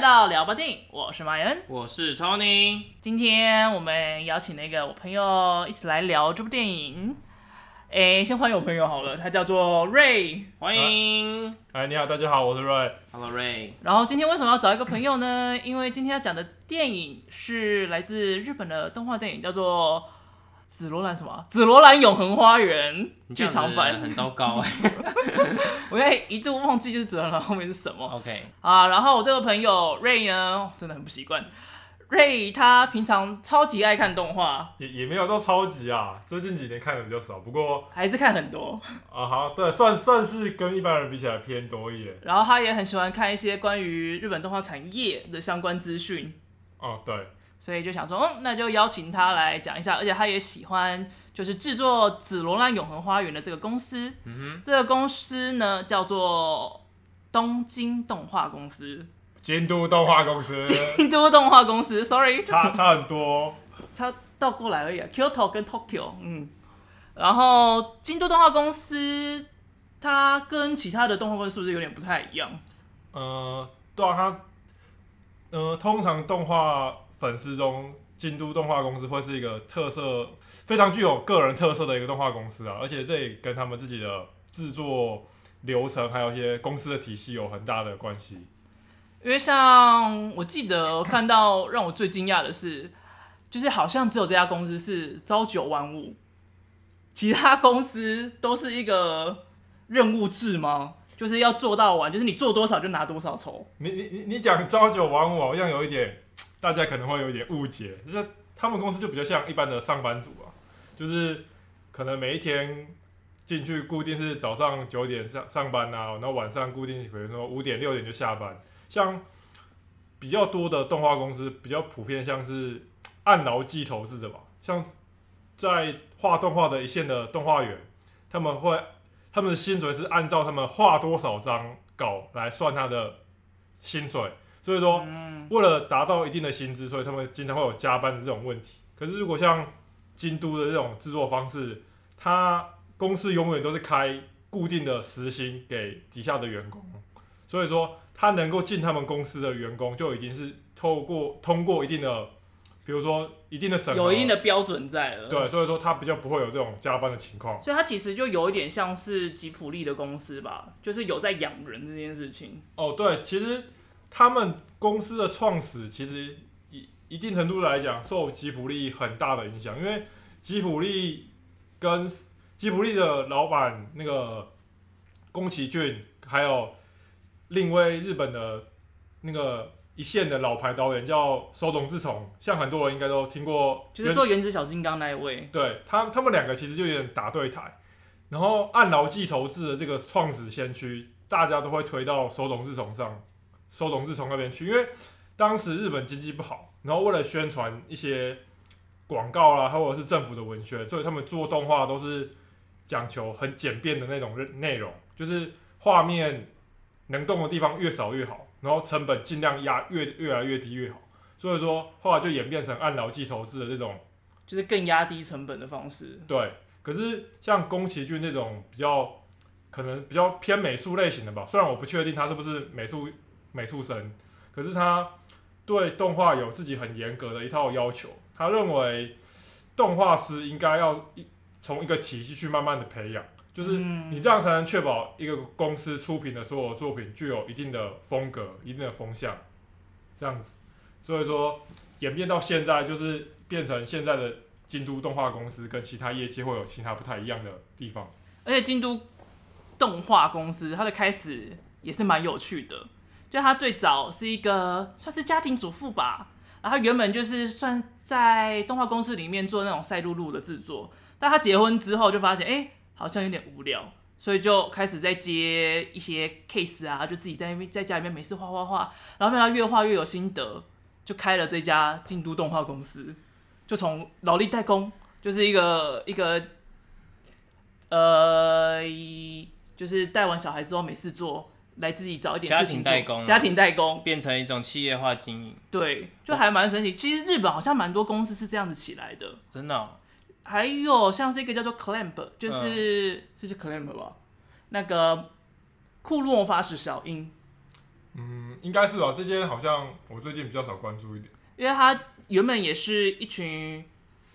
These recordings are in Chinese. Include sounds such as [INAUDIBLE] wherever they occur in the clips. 到聊吧电影，我是马恩。我是 Tony，今天我们邀请那个我朋友一起来聊这部电影。诶，先欢迎我朋友好了，他叫做 Ray。欢迎、啊哎，你好，大家好，我是 Roy。 Hello Ray，然后今天为什么要找一个朋友呢？因为今天要讲的电影是来自日本的动画电影，叫做《紫罗兰》什么？《紫罗兰永恒花园》你剧这样子场版。很糟糕 [LAUGHS] 哎、我现在一度忘记就是紫罗兰后面是什么。 OK，啊，然后我这个朋友瑞呢，真的很不习惯。瑞他平常超级爱看动画，也也没有到超级啊，最近几年看的比较少，不过还是看很多。啊好，对，算算是跟一般人比起来偏多一点。然后他也很喜欢看一些关于日本动画产业的相关资讯，哦，对，所以就想说，嗯，那就邀请他来讲一下。而且他也喜欢就是制作《紫罗兰永恒花园》的这个公司，嗯这个公司呢叫做东京动画公司，监督动画公司京都动画公司，sorry，呃差差很多。它倒过来而已、啊、，Kyoto 跟 Tokyo，嗯，然后京都动画公司，它跟其他的动画公司是不是有点不太一样？呃，对啊，它，呃，通常动画粉丝中，京都动画公司会是一个特色非常具有个人特色的一个动画公司啊，而且这也跟他们自己的制作流程，还有一些公司的体系有很大的关系。因为像我记得我看到让我最惊讶的是，就是好像只有这家公司是朝九晚五，其他公司都是一个任务制吗？就是要做到完，就是你做多少就拿多少酬。你你你你讲朝九晚五，好像有一点，大家可能会有一点误解。那他们公司就比较像一般的上班族啊，就是可能每一天进去固定是早上九点上上班啊，然后晚上固定比如说五点六点就下班。像比较多的动画公司比较普遍，像是按劳计酬制的吧，像在画动画的一线的动画员，他们会他们的薪水是按照他们画多少张稿来算他的薪水，所以说嗯为了达到一定的薪资，所以他们经常会有加班的这种问题。可是如果像京都的这种制作方式，它公司永远都是开固定的时薪给底下的员工，所以说他能够进他们公司的员工就已经是透过通过一定的，比如说一定的审核，有一定的标准在了。对，所以说他比较不会有这种加班的情况。所以它其实就有一点像是吉普力的公司吧，就是有在养人这件事情。哦，对，其实他们公司的创始，其实一一定程度来讲，受吉普力很大的影响，因为吉普力跟吉普力的老板那个宫崎骏，还有另一位日本的那个一线的老牌导演叫手冢治虫，像很多人应该都听过就原，是做原子小金刚那一位，对他他们两个其实就有点打对台。然后按劳计酬制的这个创始先驱，大家都会推到手冢治虫上，手冢治虫那边去，因为当时日本经济不好，然后为了宣传一些广告啦，或者是政府的文宣，所以他们做动画都是讲求很简便的那种内容，就是画面能动的地方越少越好，然后成本尽量压越越来越低越好。所以说后来就演变成按劳计酬制的这种就是更压低成本的方式。对，可是像宫崎骏那种比较可能比较偏美术类型的吧，虽然我不确定他是不是美术美术生，可是他对动画有自己很严格的一套要求。他认为动画师应该要一从一个体系去慢慢的培养，就是你这样才能确保一个公司出品的所有作品具有一定的风格、一定的风向，这样子。所以说演变到现在，就是变成现在的京都动画公司跟其他业界会有其他不太一样的地方。而且京都动画公司它的开始也是蛮有趣的，就它最早是一个算是家庭主妇吧，然后原本就是算在动画公司里面做那种赛璐璐的制作，但她结婚之后就发现，哎、好像有点无聊。所以就开始在接一些 case 啊，就自己在那边在家里面没事画画画，然后让她越画越有心得，就开了这家京都动画公司，就从劳力代工，就是一个一个呃，就是带完小孩之后没事做，来自己找一点事情做家庭代工啊家庭代工，变成一种企业化经营，对，就还蛮神奇。其实日本好像蛮多公司是这样子起来的，真的哦、还有像是一个叫做 Clamp，就是、嗯这是 Clamp 吧，那个库洛魔法使小樱，嗯，嗯，应该是吧。这间好像我最近比较少关注一点。因为她原本也是一群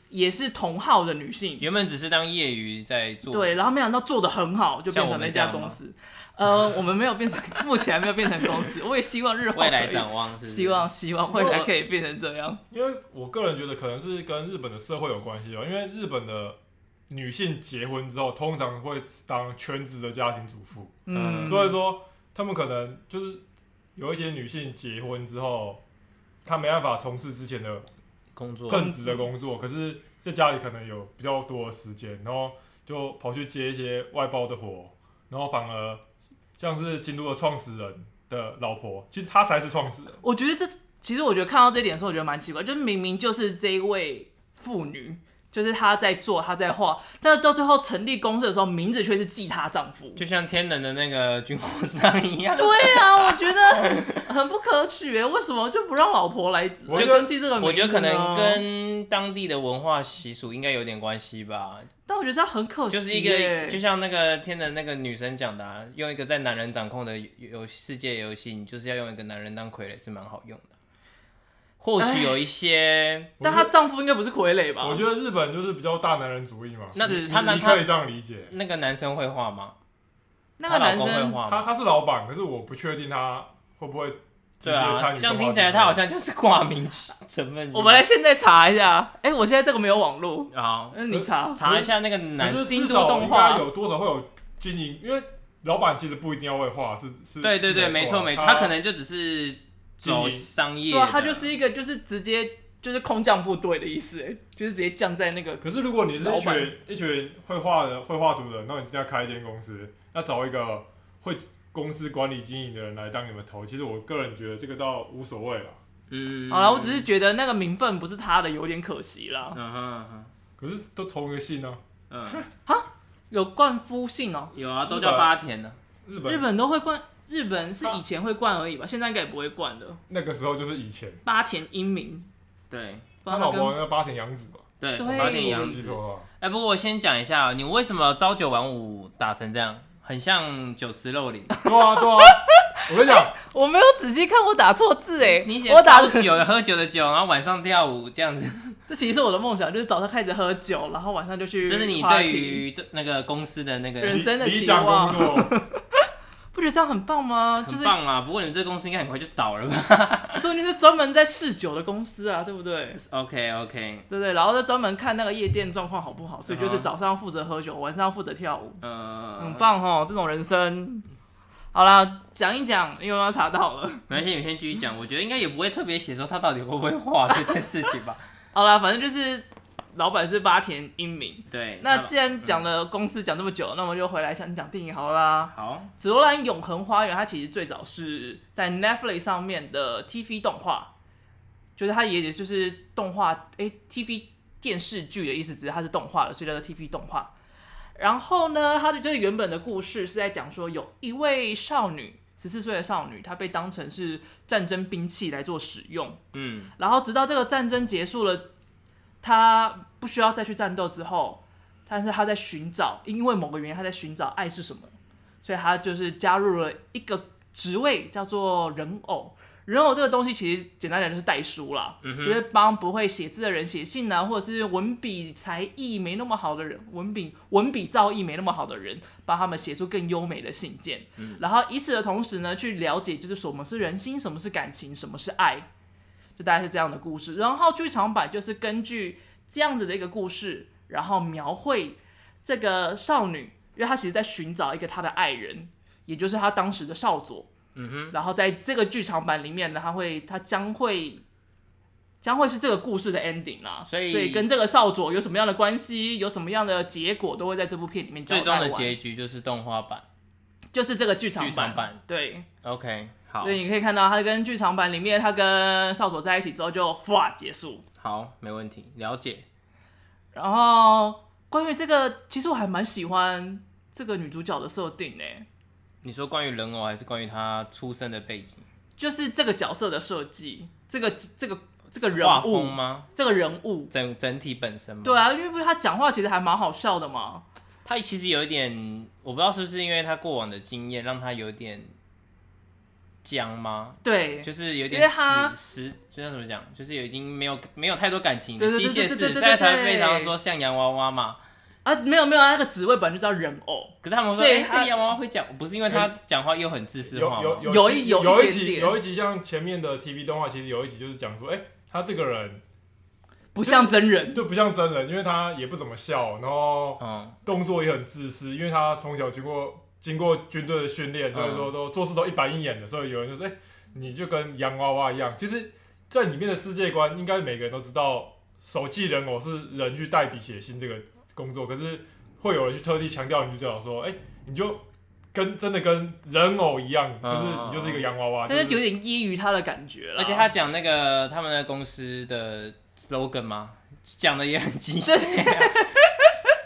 也是同号的女性，原本只是当业余在做，对，然后没想到做的很好，就变像我成们了一家这样吗公司。呃，我们没有变成， [LAUGHS] 目前还没有变成公司，我也希望日后未来可以展望是不是希望希望未来可以变成这样。因为我个人觉得可能是跟日本的社会有关系哦，因为日本的女性结婚之后，通常会当全职的家庭主妇，嗯，所以说她们可能就是有一些女性结婚之后，她没办法从事之前的工作正职的工作，可是在家里可能有比较多的时间，然后就跑去接一些外包的活，然后反而像是京都的创始人的老婆，其实她才是创始人，我觉得这其实我觉得看到这一点的时候，我觉得蛮奇怪，就是明明就是这一位妇女，就是她在做她在画，但是到最后成立公司的时候，名字却是记她丈夫。就像天能的那个军火商一样。对啊，我觉得很不可取诶，为什么就不让老婆来我就觉得登记这个名字呢我觉得可能，跟当地的文化习俗应该有点关系吧，但我觉得这样很可惜就耶，是一个就像那个天能那个女生讲的、啊，用一个在男人掌控的游世界游戏，你就是要用一个男人当傀儡是蛮好用的。啊或许有一些，但她丈夫应该不是傀儡吧？我觉得日本就是比较大男人主义嘛，是那他那你可他以这样理解。那个男生会画吗？那个她老男公会生画他吗？他是老板，可是我不确定他会不会直接对参啊，与动画制作。这样听起来他好像就是挂名成分。我们来现在查一下。哎、我现在这个没有网络，好嗯，你查。查一下哦那个男可是生，至京都少动应画该有多少会有经营，因为老板其实不一定要会画，是是。对对是对，没错啊没错，他他可能就只是走商业对的，嗯啊，他就是一个就是直接就是空降部队的意思，哎，就是直接降在那个。可是如果你是一老板群一群会画的会画图的人，那你今天要开一间公司，要找一个会公司管理经营的人来当你们头，其实我个人觉得这个倒无所谓了。嗯，好了，我只是觉得那个名分不是他的，有点可惜啦嗯。哼嗯可是都同一个姓啊，哼嗯，有冠夫姓哦、有 [LAUGHS] 啊，都叫八田的，日本日本都会冠，日本啊是以前会冠而已吧，现在应该也不会冠了。那个时候就是以前，八田英明，对不他知老道他婆跟那个八田洋子吧，对，对八对田我洋没记子。错的话，哎，不过我先讲一下，你为什么朝九晚五打成这样，很像酒池肉林？对啊对啊，我跟你讲，我没有仔细看，我打错字哎， [LAUGHS] 你写我打朝九喝酒的酒，然后晚上跳舞这样子， [LAUGHS] 这其实是我的梦想，就是早上开始喝酒，然后晚上就去。这是你对于那个公司的那 [LAUGHS] 人个。理生的理期想望工作，不觉得这样很棒吗？就很是棒啊！不过你们这个公司应该很快就倒了吧 [LAUGHS] 说你是专门在试酒的公司啊，对不对？ ？OK OK，对不对？然后就专门看那个夜店状况好不好，所以就是嗯哼早上负责喝酒，晚上负责跳舞，呃，很。棒哦，这种人生。好啦，讲一讲，因为我要查到了。没关系，你先继续讲。我觉得应该也不会特别写说他到底会不会画这件事情 [LAUGHS] 吧。好啦，反正就是老板是八田英明。对，那好既然讲了公司讲这么久，那我们就回来想讲电影好啦。好， 《紫罗兰永恒花园》它其实最早是在 Netflix 上面的 TV 动画，就是它也也就是动画，诶 t v 电视剧的意思，只是它是动画的，所以叫做 TV 动画。然后呢，它的就是原本的故事是在讲说，有一位少女，十四岁的少女，她被当成是战争兵器来做使用，嗯，然后直到这个战争结束了，她不需要再去战斗之后，但是她在寻找，因为某个原因她在寻找爱是什么，所以她就是加入了一个职位叫做人偶。人偶这个东西其实简单讲就是代书啦，就是帮不会写字的人写信啊，或者是文笔才艺没那么好的人，文笔文笔造诣没那么好的人，帮他们写出更优美的信件。嗯然后以此的同时呢，去了解就是什么是人心，什么是感情，什么是爱。就大概是这样的故事。然后剧场版就是根据这样子的一个故事，然后描绘这个少女，因为她其实在寻找一个她的爱人，也就是她当时的少佐。嗯哼。然后在这个剧场版里面呢，她会，她将会。将会是这个故事的 ending 啦、所以跟这个少佐有什么样的关系，有什么样的结果，都会在这部片里面交代最终的完结局就是动画版。就是这个剧场剧场版对， OK，好所，以你可以看到他跟剧场版里面，他跟少佐在一起之后就哇结束，好，没问题，了解。然后关于这个，其实我还蛮喜欢这个女主角的设定呢，你说关于人偶还是关于他出生的背景？就是这个角色的设计，这个这个这个人画物风，吗？这个人物，整整体本身吗？对啊，因为不是他讲话其实还蛮好笑的嘛，他其实有一点，我不知道是不是因为他过往的经验让他有点僵吗？对，就是有因为点他死死，就像怎么讲，就是有已经没有没有太多感情的对对对机对对械式，对对现在才会对被常说像洋娃娃嘛。啊，没有没有，那个职位本来就叫人偶，可是他们说，所以哎、他嗯这洋娃娃会讲，不是因为他讲话又很自私化有吗？有有有一一有有有一点集点有一集像前面的 TV 动画，其实有一集就是讲说，哎、他这个人不像真人。就不像真人，因为他也不怎么笑，然后嗯，动作也很自私，因为他从小经过经过军队的训练，所以说都做事都一板一眼的，所以有人就说，哎、你就跟洋娃娃一样。其实，在里面的世界观，应该每个人都知道，手记人偶是人去代笔写信这个工作，可是会有人去特地强调，你就最好说，哎、你就。跟真的跟人偶一样，就是你就是一个洋娃娃，但就是啊有点揶揄他的感觉了，而且他讲那个他们的公司的 slogan 嘛，讲的也很机械、啊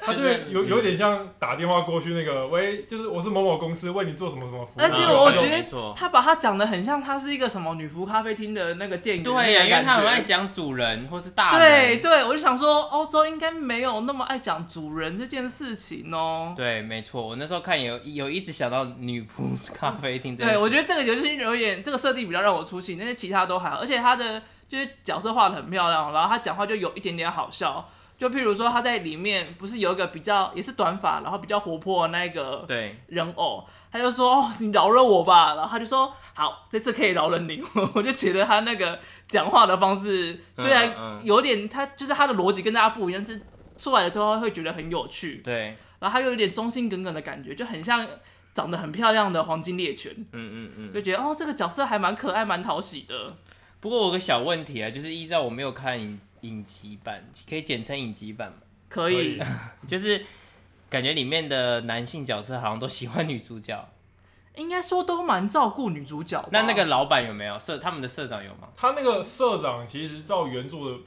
他就就是有有点像打电话过去那个，喂，就是我是某某公司为你做什么什么服务，而且然后我就觉得没错他把他讲的很像他是一个什么女仆咖啡厅的那个店员的那对个感呀，因觉，为他很爱讲主人或是大对人。对，我就想说，欧洲应该没有那么爱讲主人这件事情哦、对，没错，我那时候看有有一直想到女仆 [LAUGHS] 咖啡厅这件对，事，我觉得这个游戏有点这个设定比较让我出戏，但是其他都还好，而且他的就是角色画的很漂亮，然后他讲话就有一点点好笑。就譬如说他在里面不是有一个比较也是短发，然后比较活泼的那个对人偶，他就说哦你饶了我吧，然后他就说好这次可以饶了你， [LAUGHS] 我就觉得他那个讲话的方式虽嗯然嗯有点他就是他的逻辑跟大家不一样，是出来的都会觉得很有趣，对，然后他又有点忠心耿耿的感觉，就很像长得很漂亮的黄金猎犬，嗯嗯嗯。就觉得哦，这个角色还蛮可爱、蛮讨喜的。不过我有个小问题啊，就是依照我没有看影影集版，可以简称影集版嘛，可以，就是感觉里面的男性角色好像都喜欢女 [LAUGHS] 主角。应该说都蛮照顾女主角吧。那那个老板有没有社？他们的社长有吗？他那个社长其实照原著的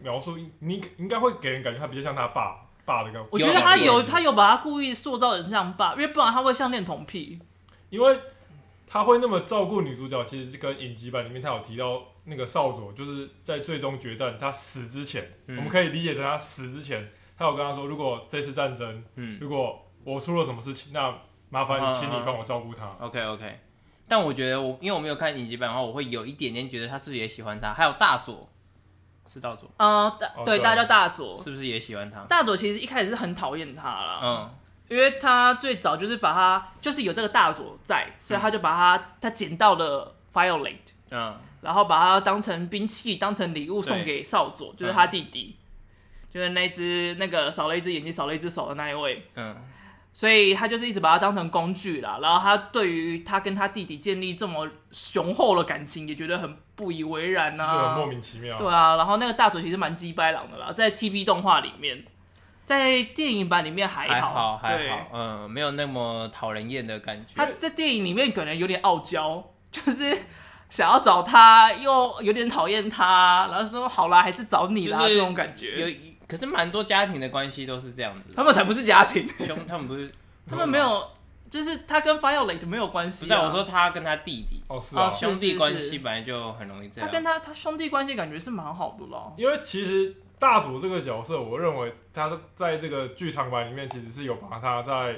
描述，你应该会给人感觉他比较像他爸爸的感觉，我觉得他有有他有把他故意塑造的像爸，因为不然他会像恋童癖。因为他会那么照顾女主角，其实是跟影集版里面他有提到那个少佐，就是在最终决战他死之前，嗯我们可以理解成他死之前，他有跟他说，如果这次战争，嗯如果我出了什么事情，那麻烦你请你帮我照顾他。 ，OK OK。但我觉得我因为我没有看影集版的话，我会有一点点觉得他是不是也喜欢他？还有大佐，是大佐，呃，哦大对，对大家叫大佐。是不是也喜欢他？大佐其实一开始是很讨厌他啦，嗯，因为他最早就是把他就是有这个大佐在，所以他就把他、他捡到了 Violate，嗯，然后把它当成兵器、当成礼物对嗯送给少佐，就是他弟弟，就是那只那个少了一只眼睛、少了一只手的那一位。嗯，所以他就是一直把它当成工具啦。然后他对于他跟他弟弟建立这么雄厚的感情，也觉得很不以为然就是很莫啊。名其妙，对啊，然后那个大佐其实蛮鸡掰狼的啦，在 TV 动画里面，在电影版里面还还好，好还对好，嗯，没有那么讨人厌的感觉他。在电影里面可能有点傲娇， [LAUGHS] 就是想要找他，又有点讨厌他，然后说好啦，还是找你啦、就是这种感觉。有，可是蛮多家庭的关系都是这样子的。他们啊才不是家 [LAUGHS] 庭，兄，他们不是，他们没有，就是他跟 Violet 没有关不系、是啊。啊我说他跟他弟弟哦是啊哦，是兄弟关系本来就很容易这他跟样。他他兄弟关系感觉是蛮好的咯。因为其实大佐这个角色，我认为他在这个剧场版里面其实是有把他在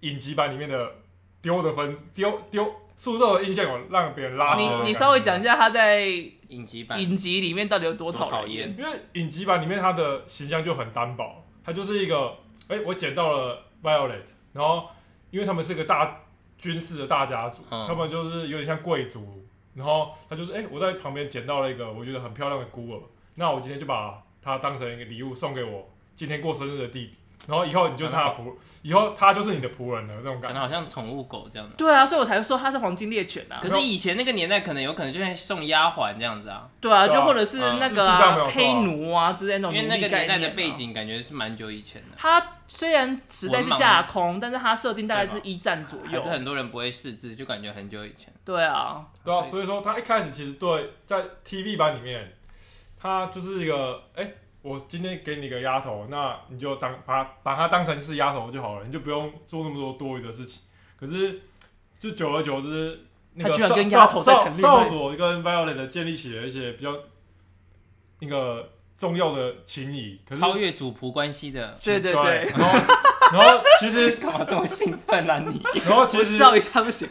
影集版里面的丢的分丢丢塑造的印象有让别人拉扯的感觉。你你稍微讲一下他在影集版影集里面到底有多哎多讨人厌厌？因为影集版里面他的形象就很单薄，他就是一个，哎、我捡到了 Violet，然后因为他们是个大军事的大家族，嗯他们就是有点像贵族，然后他就是，哎、我在旁边捡到了一个我觉得很漂亮的孤儿，那我今天就把它当成一个礼物送给我今天过生日的弟弟，然后以后你就是他的仆，以后他就是你的仆人了那讲种的感觉。好像宠物狗这样的。对啊，所以我才说他是黄金猎犬啊可。是以前那个年代，可能有可能就像送丫鬟这样子啊，对啊，对啊就或者是那个、是是这样没有啊错啊黑奴啊之类那因种为奴那隶个概年代念的啊背景感觉是蛮久以前的，它虽然时代是架空，但是它设定大概是对一战左还右是。很多人不会识字，就感觉很久以前。对啊，对啊，所以所以说他一开始其实对在 TV 版里面，他就是一个哎、诶我今天给你个丫头，那你就当把把她当成是丫头就好了，你就不用做那么多多余的事情。可是就久而久之，那个他居然少跟丫头在少谈恋少爱佐跟 Violet 建立起了一些比较那个重要的情谊，可是超越主仆关系的，对对对对，然后然后其实 [LAUGHS] 干嘛这么兴奋啊你？ [LAUGHS] 然后其我实笑一下不行。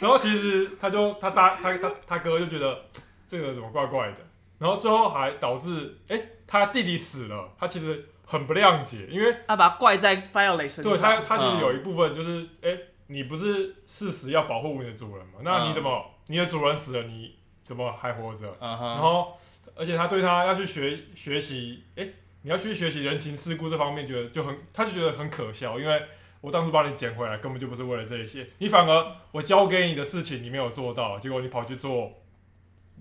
然后其实他就他大他他他哥就觉得这个怎么怪怪的，然后最后还导致哎、他弟弟死了，他其实很不谅解，因为他把它怪在 Violet 身对上，他，他其实有一部分就是，哎、你不是事实要保护你的主人嘛？那你怎么、你的主人死了，你怎么还活着？嗯然哼，后，而且他对他要去学学习，哎、你要去学习人情世故这方面，觉得就很，他就觉得很可笑，因为我当初把你捡回来，根本就不是为了这一些，你反而我交给你的事情你没有做到，结果你跑去做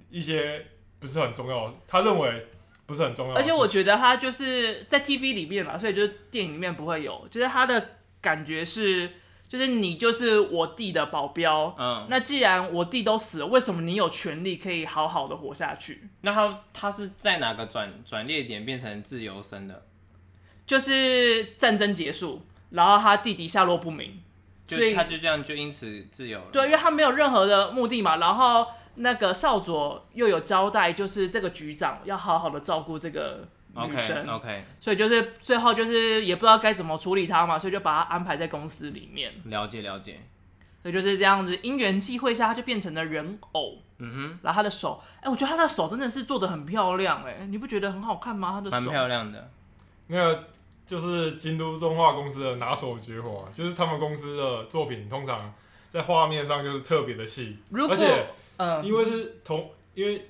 一些不是很重要的，他认为不是很重要的而事且情，我觉得他就是在 TV 里面嘛，所以就是电影里面不会有，就是他的感觉是，就是你就是我弟的保镖。嗯，那既然我弟都死了，为什么你有权利可以好好的活下去？那他他是在哪个转转捩点变成自由身的？就是战争结束，然后他弟弟下落不明，就所以他就这样就因此自由了。对，因为他没有任何的目的嘛。然后那个少佐又有交代，就是这个局长要好好的照顾这个女生，OK OK，所以就是最后就是也不知道该怎么处理他嘛，所以就把他安排在公司里面。了解了解。所以就是这样子，因缘际会下，他就变成了人偶。嗯然后他的手，哎、我觉得他的手真的是做的很漂亮、哎，你不觉得很好看吗？他的哼，手蛮漂亮的。那个就是京都动画公司的拿手绝活啊，就是他们公司的作品通常在画面上就是特别的细，如果而且嗯，因为是同因为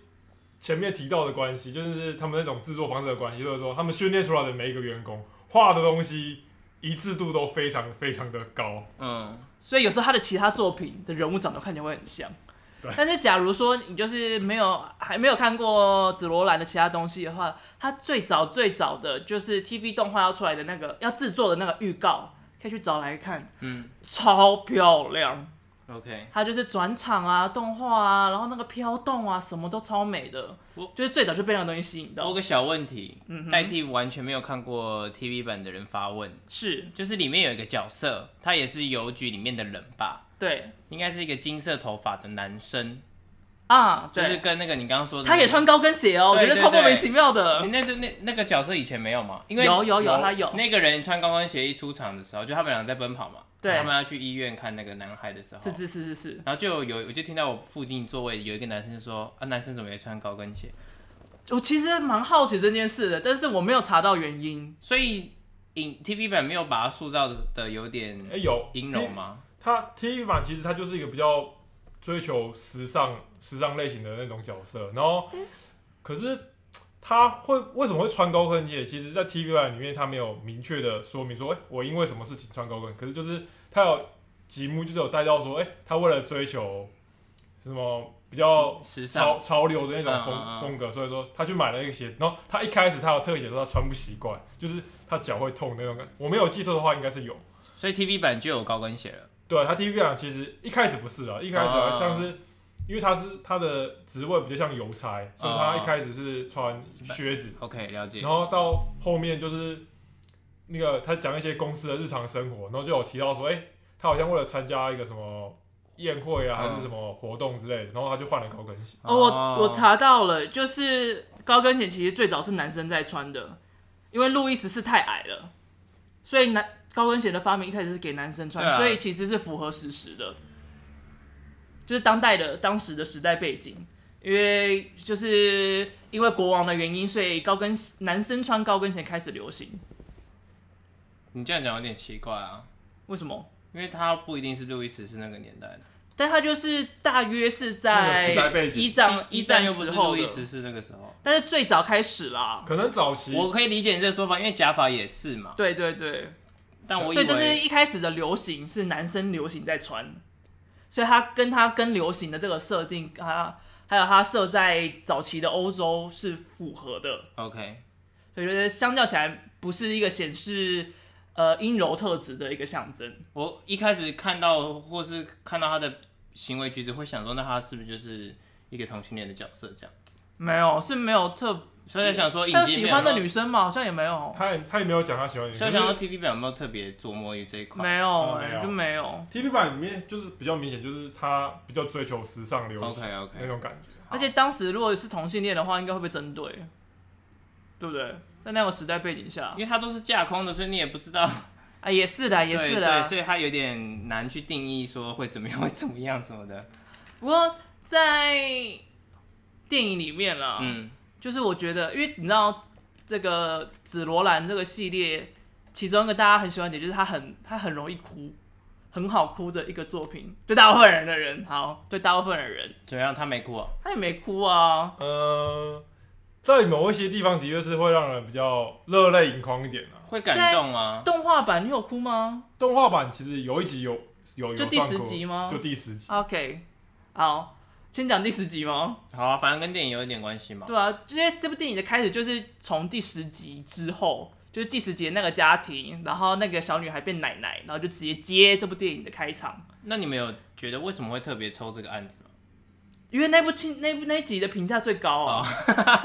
前面提到的关系，就是他们那种制作方式的关系，就是说他们训练出来的每一个员工画的东西一致度都非常非常的高，嗯，所以有时候他的其他作品的人物长得看起来会很像对。但是假如说你就是没有还没有看过紫罗兰的其他东西的话，他最早最早的就是 TV 动画要出来的那个要制作的那个预告，可以去找来看，嗯超漂亮。 ，OK，它就是转场啊、动画啊，然后那个飘动啊，什么都超美的我。就是最早就被那个东西吸引我有到。个小问题，嗯代替完全没有看过 TV 版的人发问，是，就是里面有一个角色，他也是邮局里面的人吧，对应该是一个金色头发的男生，啊，就对，是跟那个你刚刚说的那个，他也穿高跟鞋哦，我对觉得超对对莫名其妙你的。那那那那个角色以前没有吗？因呃为有有有他有那个人穿高跟鞋一出场的时候，就他们俩在奔跑嘛，对他们要去医院看那个男孩的时候，是是是是是，然后就有我就听到我附近座位有一个男生就说啊，男生怎么也穿高跟鞋？我其实蛮好奇这件事的，但是我没有查到原因。所以影 TV 版没有把它塑造的有点哎、有嗯阴柔吗？他 TV 版其实他就是一个比较追求时尚、时尚类型的那种角色，然后可是他会为什么会穿高跟鞋？其实，在 TV 版里面他没有明确的说明说，哎、我因为什么事情穿高跟，可是就是他有几幕就是有带到说，哎、他为了追求什么比哦较时尚潮潮流的那种风嗯嗯嗯风格，所以说他去买了一个鞋子，然后他一开始他有特写说他穿不习惯，就是他脚会痛那种感觉，我没有记错的话应该是有。所以 TV 版就有高跟鞋了。对他 TV 啊，其实一开始不是啊，一开始啊啊像是，因为他是他的职位比较像邮差，所以啊他一开始是穿靴子， OK，了解然。后到后面就是那个他讲一些公司的日常生活，然后就有提到说，哎、他好像为了参加一个什么宴会啊，嗯还是什么活动之类的，然后他就换了高跟鞋。哦，我我查到了，就是高跟鞋其实最早是男生在穿的，因为路易十四太矮了，所以男高跟鞋的发明一开始是给男生穿，对啊所以其实是符合史实的，就是当代的当时的时代背景。因为就是因为国王的原因，所以高跟男生穿高跟鞋开始流行。你这样讲有点奇怪啊，为什么？因为他不一定是路易十四那个年代的，但他就是大约是那个时代在背景哎一战一战战又不时是候路的易，十四那个时候。但是最早开始啦。可能早期我可以理解你这个说法，因为假发也是嘛。对对对。但我以所以就是为一开始的流行是男生流行在穿，所以他跟他跟流行的这个设定，他还有他设在早期的欧洲是符合的， OK，所以就是相较起来不是一个显示呃阴柔特质的一个象征。我一开始看到或是看到他的行为举止，会想说，那他是不是就是一个同性恋的角色这样？没有是没有特，所以在想说，影他有集喜没有欢的让女生嘛，好像也没有，他也他也没有讲他喜欢的女所生以想可到是 TV 版有没有特别琢磨于这一块？没有嗯没有哎就没有， ，TV 版里面就是比较明显，就是他比较追求时尚流行 OK 那 OK，种感觉。而且当时如果是同性恋的话，应该会被针对，对不对？在那个时代背景下因，为它都是架空的，所以你也不知道啊，也是的， [LAUGHS] 也是对的对，。所以它有点难去定义说会怎么样，会怎么样什么 [LAUGHS] 的。不过在电影里面了，嗯，就是我觉得，因为你知道这个紫罗兰这个系列，其中一个大家很喜欢的点就是它很它很容易哭，很好哭的一个作品，对大部分人的 [LAUGHS] 人，好，对大部分的人，怎么样？他没哭啊？他也没哭啊，呃，在某一些地方的确是会让人比较热泪盈眶一点啊。会感动吗？动画版你有哭吗动画版其实有一集有有有就第上十过集吗啊就第十集。 ？OK，好，先讲第十集吗？好啊，反正跟电影有一点关系嘛。对啊，因为这部电影的开始就是从第十集之后，就是第十集的那个家庭，然后那个小女孩变奶奶，然后就直接接这部电影的开场。那你们有觉得为什么会特别抽这个案子吗？因为那部片那部那一集的评价最高啊，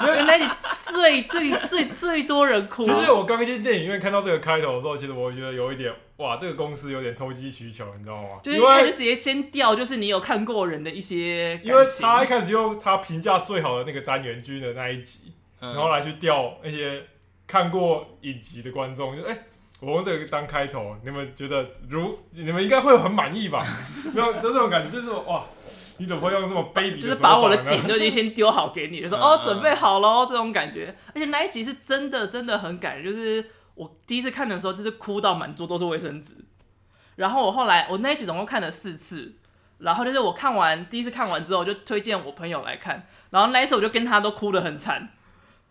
因为那一集最最最最多人哭哦啊其。实我刚进电影院看到这个开头的时候，其实我觉得有一点，哇，这个公司有点投机取巧，你知道吗？就是因他就为直接先掉，就是你有看过人的一些因为感情，他一开始用他评价最好的那个单元剧的那一集，嗯然后来去调那些看过影集的观众，就哎、我用这个当开头，你们觉得如你们应该会很满意吧？ [LAUGHS] 没有，就这种感觉，就是哇，你怎么会用这么卑鄙的就是手把我法的呢啊点都已经先丢好给你，就 [LAUGHS] 说嗯哦嗯准备好喽这种感觉。而且那一集是真的真的很感人，就是我第一次看的时候就是哭到满桌都是卫生纸，然后我后来我那一集总共看了四次，然后就是我看完第一次看完之后我就推荐我朋友来看，然后那一次我就跟他都哭得很惨。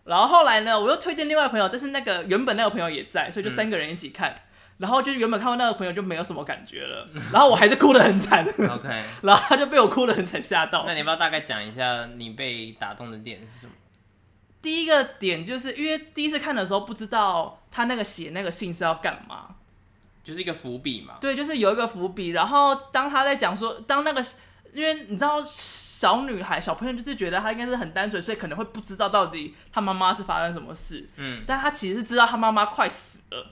然后后来呢，我又推荐另外一个朋友，但是那个原本那个朋友也在，嗯所以就三个人一起看。然后就是原本看完那个朋友就没有什么感觉了，然后我还是哭得很惨， [LAUGHS] OK，然后他就被我哭得很惨吓到。那你要不要大概讲一下你被打动的点是什么？第一个点就是因为第一次看的时候不知道他那个写那个信是要干嘛，就是一个伏笔嘛。对，就是有一个伏笔。然后当他在讲说，当那个因为你知道小女孩小朋友就是觉得她应该是很单纯，所以可能会不知道到底她妈妈是发生什么事，嗯，但她其实是知道她妈妈快死了，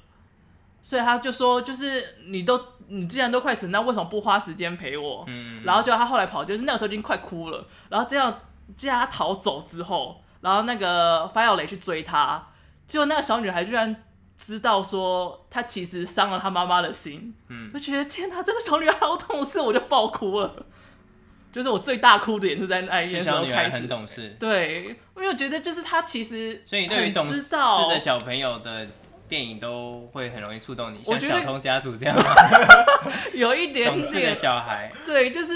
所以她就说，就是你都你既然都快死，那为什么不花时间陪我？嗯，然后就他后来跑，就是那个时候已经快哭了。然后这样，这样他逃走之后，然后那个发耀雷去追他，结果那个小女孩居然知道说她其实伤了她妈妈的心。嗯，我觉得天哪，这个小女孩好懂事，我就爆哭了。就是我最大哭的也是在那一是天时候小女开孩始很。懂事，对，因为我觉得就是她其实所以你对于很懂知事道的小朋友的电影都会很容易触动你，我像觉《得小偷家族》这样 [LAUGHS] 有一点懂事的点小孩。对，就是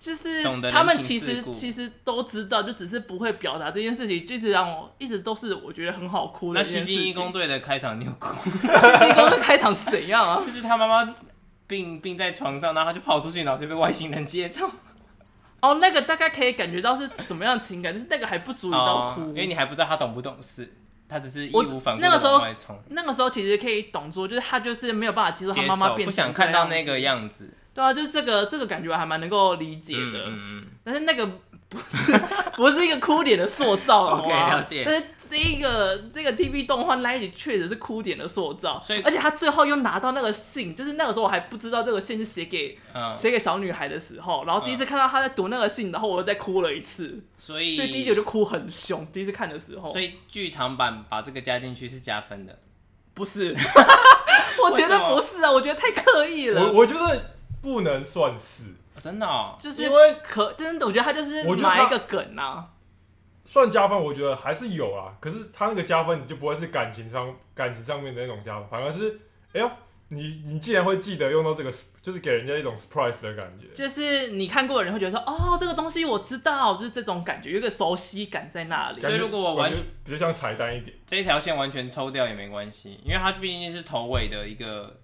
就是懂得人他们其情世实故其实都知道，就只是不会表达这件事情，就是让我一直都是我觉得很好哭的那一《西件事京情。义工队》的开场你有 [LAUGHS] 哭？袭击工的开场是怎样啊？ [LAUGHS] [LAUGHS] 就是他妈妈病病在床上，然后他就跑出去，然后就被外星人接走。哦，那个大概可以感觉到是什么样的情感，但是那个还不足以到哦哭。因为你还不知道他懂不懂事，他只是义我无反顾那个的时候往外冲，那个时候其实可以懂说，就是他就是没有办法接受他接妈妈受变不成想这看到样那子个样子。对啊，就是这个这个感觉我还蛮能够理解嗯的。嗯嗯，但是那个 [LAUGHS] 不是不是一个哭点的塑造 [LAUGHS] OK，好吗了解但是这个这个 TV 动画那一集确实是哭点的塑造，所以而且他最后又拿到那个信，就是那个时候我还不知道这个信是写给嗯写给小女孩的时候，然后第一次看到他在读那个信，然后我又再哭了一次，所以所以第一集我就哦哭很凶。第一次看的时候，所以剧场版把这个加进去是加分的。不 [LAUGHS] 是，我觉得不是啊，我觉得太刻意我了。我觉得不能算是，哦真的哦，就是因为可，但是我觉得他就是我觉得他埋一个梗啊，算加分，我觉得还是有啊。可是他那个加分，你就不会是感情上感情上面的那种加分，反而是哎呦，你你竟然会记得用到这个，就是给人家一种 surprise 的感觉。就是你看过的人会觉得说，哦，这个东西我知道，就是这种感觉，有一个熟悉感在那里所。以如果我完感觉比较像彩蛋一点，这条线完全抽掉也没关系，因为它毕竟是头尾的一个，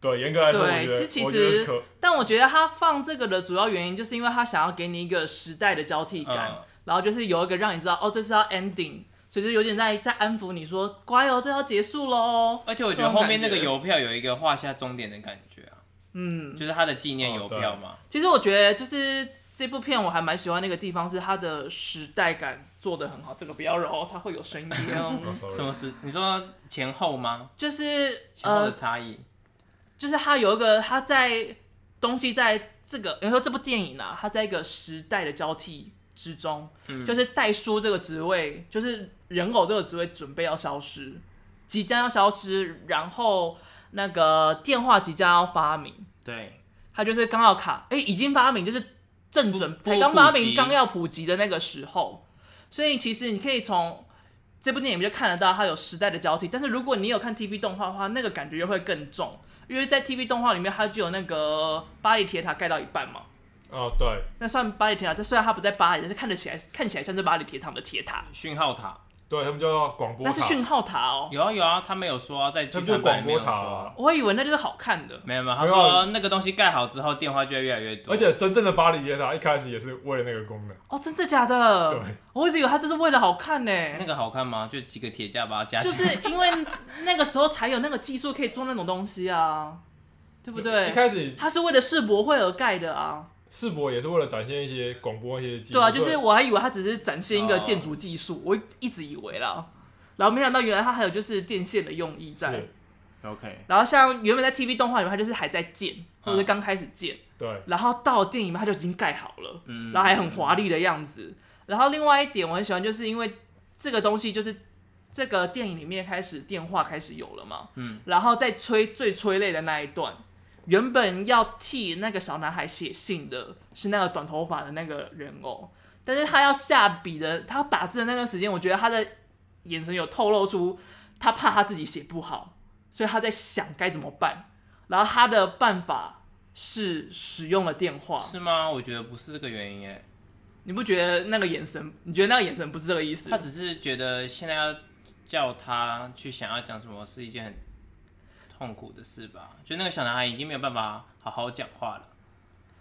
对，严格来说，我对觉得其实我觉得是可但我觉得他放这个的主要原因，就是因为他想要给你一个时代的交替感，嗯然后就是有一个让你知道，哦，这是要 ending，所以就是有点在在安抚你说，乖哦，这要结束喽。而且我觉得后面那个邮票有一个画下终点的感觉啊，嗯，就是它的纪念邮票嘛。其实我觉得就是这部片我还蛮喜欢那个地方，是它的时代感做得很好。这个不要揉，它会有声音 [LAUGHS] 哦。哦 sorry 什么是你说前后吗？就是前后呃的，差异，就是它有一个它在东西在这个，你说这部电影啊，它在一个时代的交替之中，嗯就是代书这个职位，就是人偶这个职位准备要消失，即将要消失，然后那个电话即将要发明，对，它就是刚好卡，哎、已经发明，就是正准不不才刚发普明、及刚要普及的那个时候。所以其实你可以从这部电影就看得到它有时代的交替。但是如果你有看 TV 动画的话，那个感觉又会更重，因为在 TV 动画里面它就有那个巴黎铁塔盖到一半嘛。哦，对那算巴黎铁塔，这虽然它不在巴黎，但是看得起来看起来像是巴黎铁塔的铁塔，讯号塔对，他们叫广播那塔，是讯号塔哦。有啊有啊，他没有说啊，在剧他就是场版里广面有播说塔啊啊。我还以为那就是好看的，没有没有，他没有说那个东西盖好之后，电话就会越来越多。而且真正的巴黎铁塔一开始也是为了那个功能，哦，真的假的对？我一直以为它就是为了好看呢、那个好看吗？就几个铁架把它加起就来。是因为那个时候才有那个技术可以做那种东西啊，对不一对？开始它是为了世博会而盖的啊，世博也是为了展现一些广播一些技术，对啊，就是我还以为它只是展现一个建筑技术，我一直以为啦，然后没想到原来它还有就是电线的用意在是， OK，然后像原本在 TV 动画里面，它就是还在建，或者是刚开始建，对，然后到电影里面它就已经盖好了，嗯，然后还很华丽的样子。然后另外一点我很喜欢，就是因为这个东西就是这个电影里面开始电话开始有了嘛，嗯，然后在催最催泪的那一段，原本要替那个小男孩写信的是那个短头发的那个人偶，但是他要下笔的，他要打字的那段时间，我觉得他的眼神有透露出他怕他自己写不好，所以他在想该怎么办，然后他的办法是使用了电话，是吗？我觉得不是这个原因诶，你不觉得那个眼神？你觉得那个眼神不是这个意思他？只是觉得现在要叫他去想要讲什么是一件很痛苦的事吧？就那个小男孩已经没有办法好好讲话了。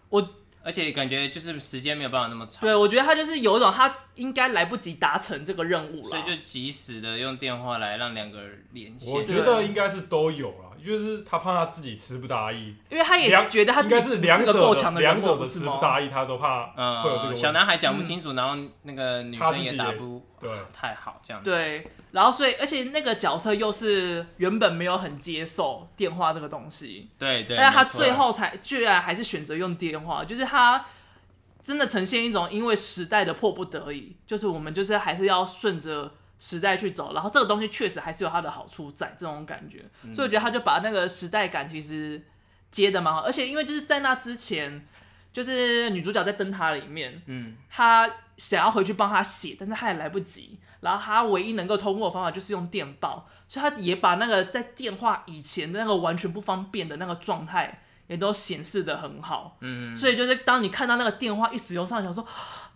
我而且感觉就是时间没有办法那么长，对，我觉得他就是有一种他应该来不及达成这个任务所以了。就及时的用电话来让两个人连线。我觉得应该是都有啦，就是他怕他自己词不达意，因为他也两觉得他应自该己是不两个者够强的人两物，者不的是词吗不？达意，他都怕会有这个嗯，问小题，男孩讲不清楚，然后那个女他生自己也也打不对，太好，这样子。对，然后所以而且那个角色又是原本没有很接受电话这个东西，对对，但是他没错最后才居然还是选择用电话，就是他真的呈现一种因为时代的迫不得已，就是我们就是还是要顺着时代去走，然后这个东西确实还是有它的好处在这种感觉，嗯所以我觉得他就把那个时代感其实接的蛮好，而且因为就是在那之前，就是女主角在灯塔里面，嗯，她想要回去帮她写，但是她也来不及。然后她唯一能够通过的方法就是用电报，所以她也把那个在电话以前的那个完全不方便的那个状态，也都显示的很好。嗯，所以就是当你看到那个电话一使用上，你想说，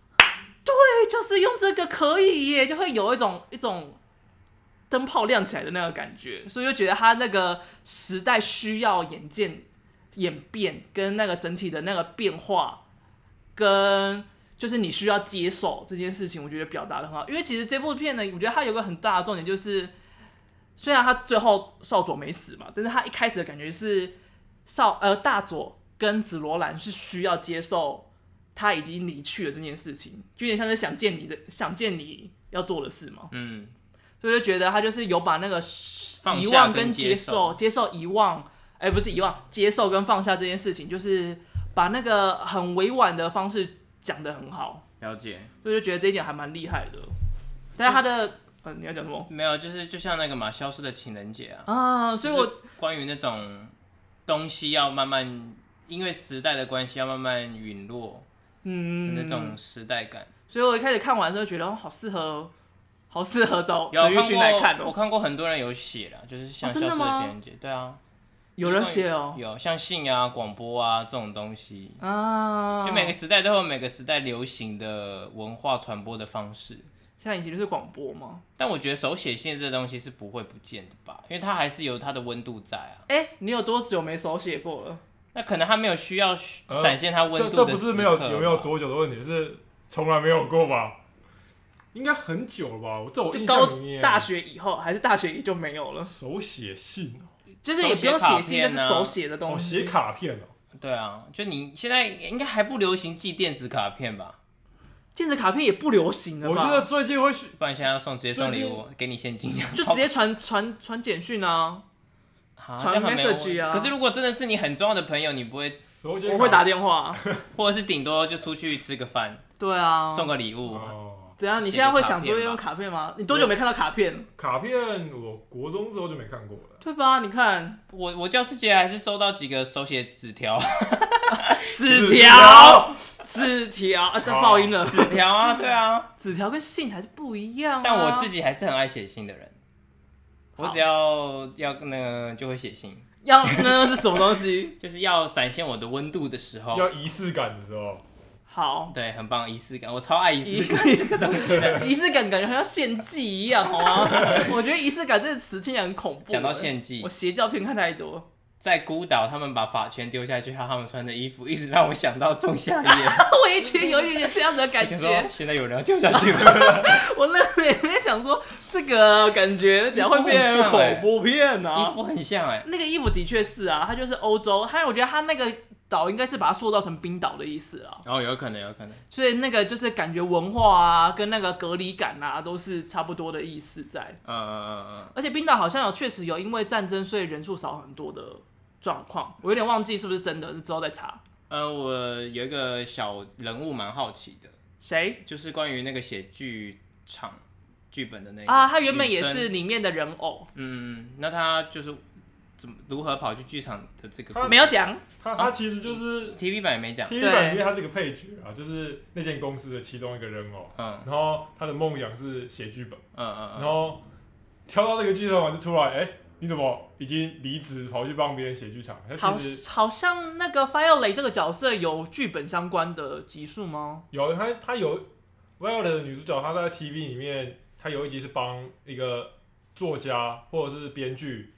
[GASPS] 对，就是用这个可以耶，就会有一种一种灯泡亮起来的那个感觉，所以就觉得他那个时代需要眼见演变跟那个整体的那个变化，跟就是你需要接受这件事情，我觉得表达的很好。因为其实这部片呢，我觉得它有个很大的重点就是，虽然他最后少佐没死嘛，但是他一开始的感觉是少呃大佐跟紫罗兰是需要接受他已经离去了这件事情，就有点像是想见你的想见你要做的事嘛。嗯，所以就觉得他就是有把那个放遗下忘跟跟接接受受、接受遗忘，哎、不是遗忘，接受跟放下这件事情，就是把那个很委婉的方式讲得很好，了解。所以就觉得这一点还蛮厉害的。但是他的，嗯、你要讲什么？没有，就是就像那个嘛，消失的情人节啊，啊，所以我关于那种东西要慢慢因为时代的关系要慢慢陨落的嗯，那种时代感。所以我一开始看完的时候觉得，哦，好适合，好适合找有陈奕看迅过来看我哦。看过很多人有写啦，就是像哦消真的失的吗情人节，对啊，有人写哦，有像信啊、广播啊这种东西。啊，就每个时代都有每个时代流行的文化传播的方式，现在以前就是广播嘛，但我觉得手写信这东西是不会不见的吧，因为它还是有它的温度在啊。哎、你有多久没手写过了？那可能他没有需要嘘呃展现他温这度的、这不是没有有没有？多久的问题，是从来没有过吧？应该很久了吧？我在我就印高象里面，大学以后，还是大学也就没有了，手写信就是也不用手写写信，就卡片是啊手写的哦，东西。写卡片哦，对啊，就你现在应该还不流行寄电子卡片吧？电子卡片也不流行了我吧？觉得最近会去不然现在要送直接送礼最物，给你现金，就直接传传传简讯啊，啊传这样很没有 message 啊可是如果真的是你很重要的朋友，你不会，手写卡，我会打电话。或者是顶多就出去吃个饭，对啊，送个礼物，哦，怎样？你写现在个会卡想说片要用吧卡片吗？你多久没看到卡片？卡片我国中之后就没看过了，对吧？你看我我教师节还是收到几个手写纸条，纸条，纸条啊，这爆音了。纸条啊，对 [LAUGHS] 啊，纸条跟信还是不一样、啊。但我自己还是很爱写信的人，我只要要那个就会写信，要呢是什么东 [LAUGHS] 西？就是要展现我的温度的时哦候，要仪式感的时候，好，对，很棒，仪式感，我超爱仪仪式感这个东西的。仪式感感觉好像献祭一样，好 [LAUGHS] 吗？我觉得仪式感这个词听起来很恐怖。讲到献祭我，邪教片看太多。 [LAUGHS] 在孤岛他们把法圈丢下去，还有他们穿的衣服，一直让我想到仲 [LAUGHS] 夏夜。我也觉得有一点点这样子的感 [LAUGHS] 我想说觉，现在有人要丢下 [LAUGHS] 去了，我那时候也在想说，这个感觉等下会变成恐怖片衣啊。服很像哎、那个衣服的确是啊，它就是欧洲，还有我觉得它那个岛应该是把它塑造成冰岛的意思啊，然哦后有可能，有可能。所以那个就是感觉文化啊，跟那个隔离感啊，都是差不多的意思在。嗯嗯嗯而且冰岛好像有确实有因为战争，所以人数少很多的状况，我有点忘记是不是真的，之后再查。嗯。呃，我有一个小人物蛮好奇的，谁就是关于那个写剧场剧本的那个啊？他原本女也生是里面的人偶，嗯，那他就是怎么如何跑去剧场的这个他过没有讲他他其实就是。 TV 版也没讲， T V 版里面他是个配角啊，就是那间公司的其中一个人偶，嗯然后他的梦想是写剧本，嗯嗯嗯，然后挑到这个剧场完就出来，哎、你怎么已经离职跑去帮别人写剧场？他好其实，好像那个 Fireley 这个角色有剧本相关的集数吗？有他他有嗯 Violet 的女主角，她在 T V 里面，她有一集是帮一个作家或者是编剧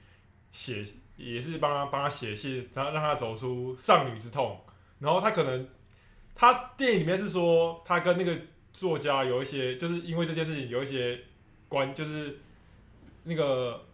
写，也是帮他帮他写信，然后让他走出丧女之痛。然后他可能他电影里面是说他跟那个作家有一些，就是因为这件事情有一些关，就是那个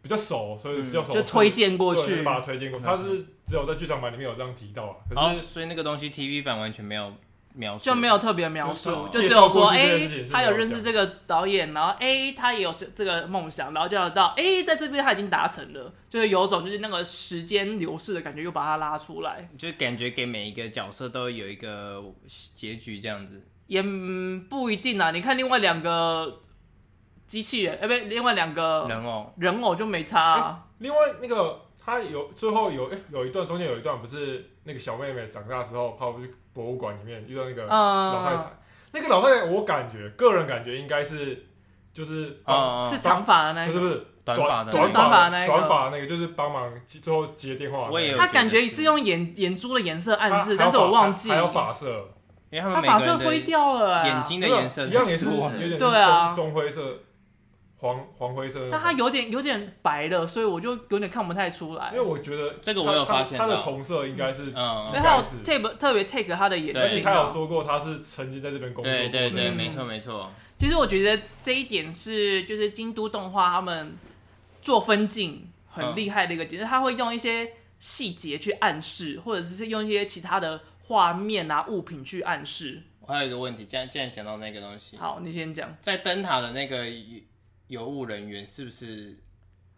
比较熟，所以比较熟，就推荐过哦对就去把他推荐过嗯去。他是只有在剧场版里面有这样提到啊，可是然后哦所以那个东西 TV 版完全没有描述，就没有特别描述，就就是只有介绍说，过去哎、这件事情是他没有有认识这个导演，然后哎、他也有这个梦想，然后就要到哎、在这边他已经达成了，就是有种就是那个时间流逝的感觉，又把他拉出来。就感觉给每一个角色都有一个结局这样子。也嗯不一定啊。你看另外两个机器人，哎、不，另外两个人偶，人偶就没差、啊。另外那个他有最后有哎、有一段中间有一段不是那个小妹妹长大之后跑去博物馆里面遇到那个哎老太太，嗯，那个老太太我感觉个人感觉应该是就是嗯帮、嗯是嗯长发的那不一啊是个，不是短发的那就个，是短短发发那一个短发那个就是帮忙接最后接电话的那个，我也有他感觉是用眼眼珠的颜色暗示，但是我忘记还有发色，因为他他们每发个色人灰的掉了、啊，眼睛的颜色一样也是有 [LAUGHS] 我点对啊棕棕灰色、黄黄灰色那种，但他有哎点有点白了，所以我就有点看不太出来因为。我觉得这个我有发现他到的同色应该是因嗯，为嗯他有应该 take 特别 take 他的眼对而且睛他有啊。说过他是曾经在这边工作过对的，对对，嗯没错没错，其实我觉得这一点是就是京都动画他们做分镜很厉害的一个点，就是他会用一些细节去暗示，或者是用一些其他的画面啊物品去暗示。我还有一个问题，既然既然讲到那个东西，好，你先讲。在灯塔的那个游游务人员是不是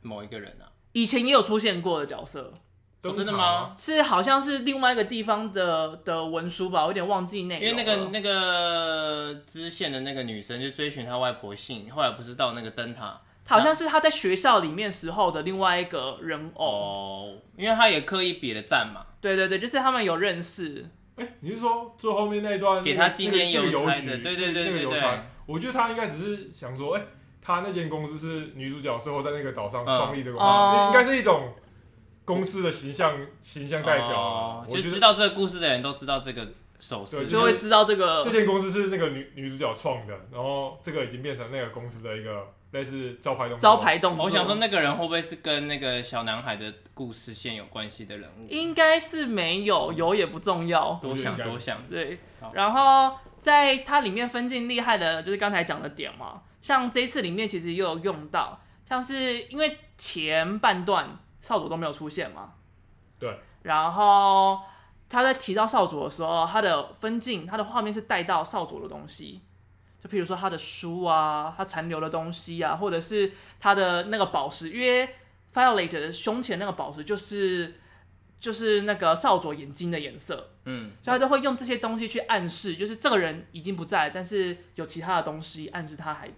某一个人啊？以前也有出现过的角色，灯塔哦真的吗？是好像是另外一个地方的的文书吧，我有点忘记内因容为了。那个那个知县的那个女生就追寻她外婆姓，后来不是到那个灯塔好像是他在学校里面时候的另外一个人偶。哦，因为她也刻意比了赞嘛，对对对，就是他们有认识。哎、你是说最后面那一段给那个他纪念那个那邮个差邮局的对对对那个对邮对差？我觉得他应该只是想说，哎、他那间公司是女主角最后在那个岛上嗯创立的公司，哦应该是一种公司的形象形象代表啊、哦，我就觉知得道这个故事的人都知道这个手势对，就会知道这这个间公司是那个女女主角创的，然后这个已经变成那个公司的一个类似招牌东西。招牌动作。哦我想说，那个人会不会是跟那个小男孩的故事线有关系的人物？应该是没有，有也不重要。多想应该多想，对好，然后在它里面分镜厉害的，就是刚才讲的点嘛，像这一次里面其实也有用到，像是因为前半段少佐都没有出现嘛，对，然后他在提到少佐的时候，他的分镜，他的画面是带到少佐的东西。就譬如说他的书啊，他残留的东西啊，或者是他的那个宝石，因为 Violet 的胸前那个宝石就是就是那个少佐眼睛的颜色，嗯，所以他都会用这些东西去暗示，就是这个人已经不在，但是有其他的东西暗示他还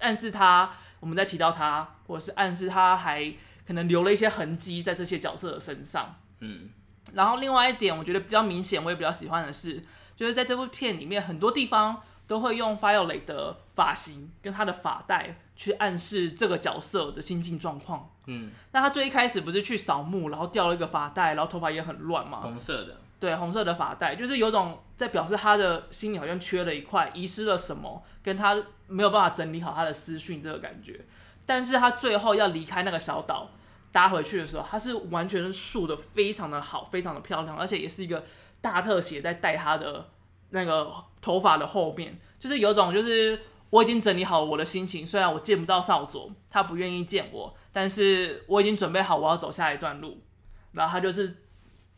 暗示他我们在提到他，或者是暗示他还可能留了一些痕迹在这些角色的身上。嗯，然后另外一点，我觉得比较明显，我也比较喜欢的是，就是在这部片里面很多地方都会用 f i o l e 的发型跟他的发带去暗示这个角色的心境状况。嗯，那他最一开始不是去扫墓，然后掉了一个发带，然后头发也很乱嘛，红色的，对，红色的发带，就是有种在表示他的心里好像缺了一块，遗失了什么，跟他没有办法整理好他的思绪这个感觉。但是他最后要离开那个小岛，搭回去的时候，他是完全是竖的，非常的好，非常的漂亮，而且也是一个大特写在带他的那个头发的后面，就是有种就是我已经整理好我的心情，虽然我见不到少佐，他不愿意见我，但是我已经准备好我要走下一段路，然后他就是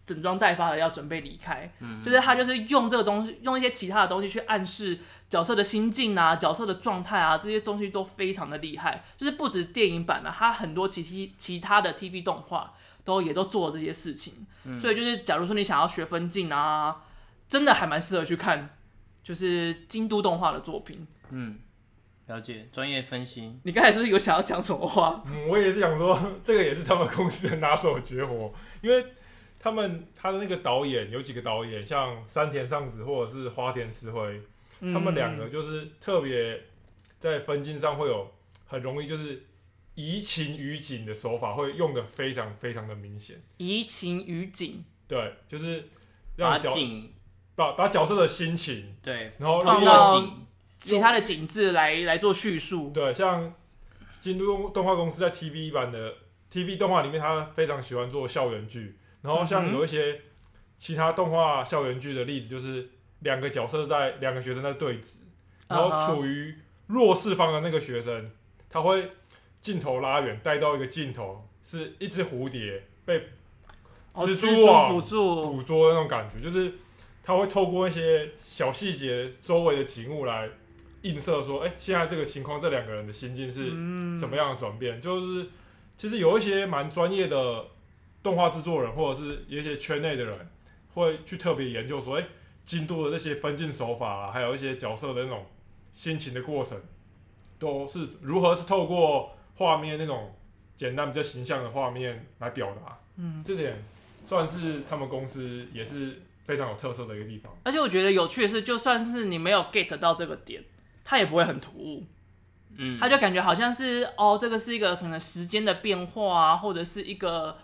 整装待发的要准备离开，就是他就是用这个东西，用一些其他的东西去暗示角色的心境啊、角色的状态啊，这些东西都非常的厉害。就是不止电影版的、啊他很多其其其他的 TV 动画都也都做了这些事情。所以就是，假如说你想要学分镜啊，真的还蛮适合去看，就是京都动画的作品。嗯，了解，专业分析，你刚才是不是有想要讲什么话？ [LAUGHS] 嗯，我也是想说，这个也是他们公司的拿手绝活，因为他们他的那个导演有几个导演，像山田尚子或者是花田实辉，嗯嗯他们两个就是特别在分镜上会有很容易就是移情于景的手法，会用的非常非常的明显。移情于景，对，就是把让角景把把角色的心情，对然后放利到用景，其他的景致来来做叙述。对，像京都动画公司在 TV 版的 TV 动画里面，他非常喜欢做校园剧。然后嗯像哼有一些其他动画校园剧的例子，就是两个角色在两个学生在对峙，然啊后哈处于弱势方的那个学生，他会镜头拉远，带到一个镜头是一只蝴蝶被哦，蜘蛛蛛网捕住，捕捉的那种感觉，就是他会透过一些小细节、周围的景物来映射说，哎、现在这个情况，这两个人的心境是嗯，什么样的转变？就是其实有一些蛮专业的动画制作人，或者是有一些圈内的人，会去特别研究说，哎、京都的这些分镜手法啊，还有一些角色的那种心情的过程，都是如何是透过画面那种简单比较形象的画面来表达。嗯，这点算是他们公司也是非常有特色的一个地方。而且我觉得有趣的是，就算是你没有 get 到这个点，它也不会很突兀，嗯，它就感觉好像是哦，这个是一个可能时间的变化啊，或者是一个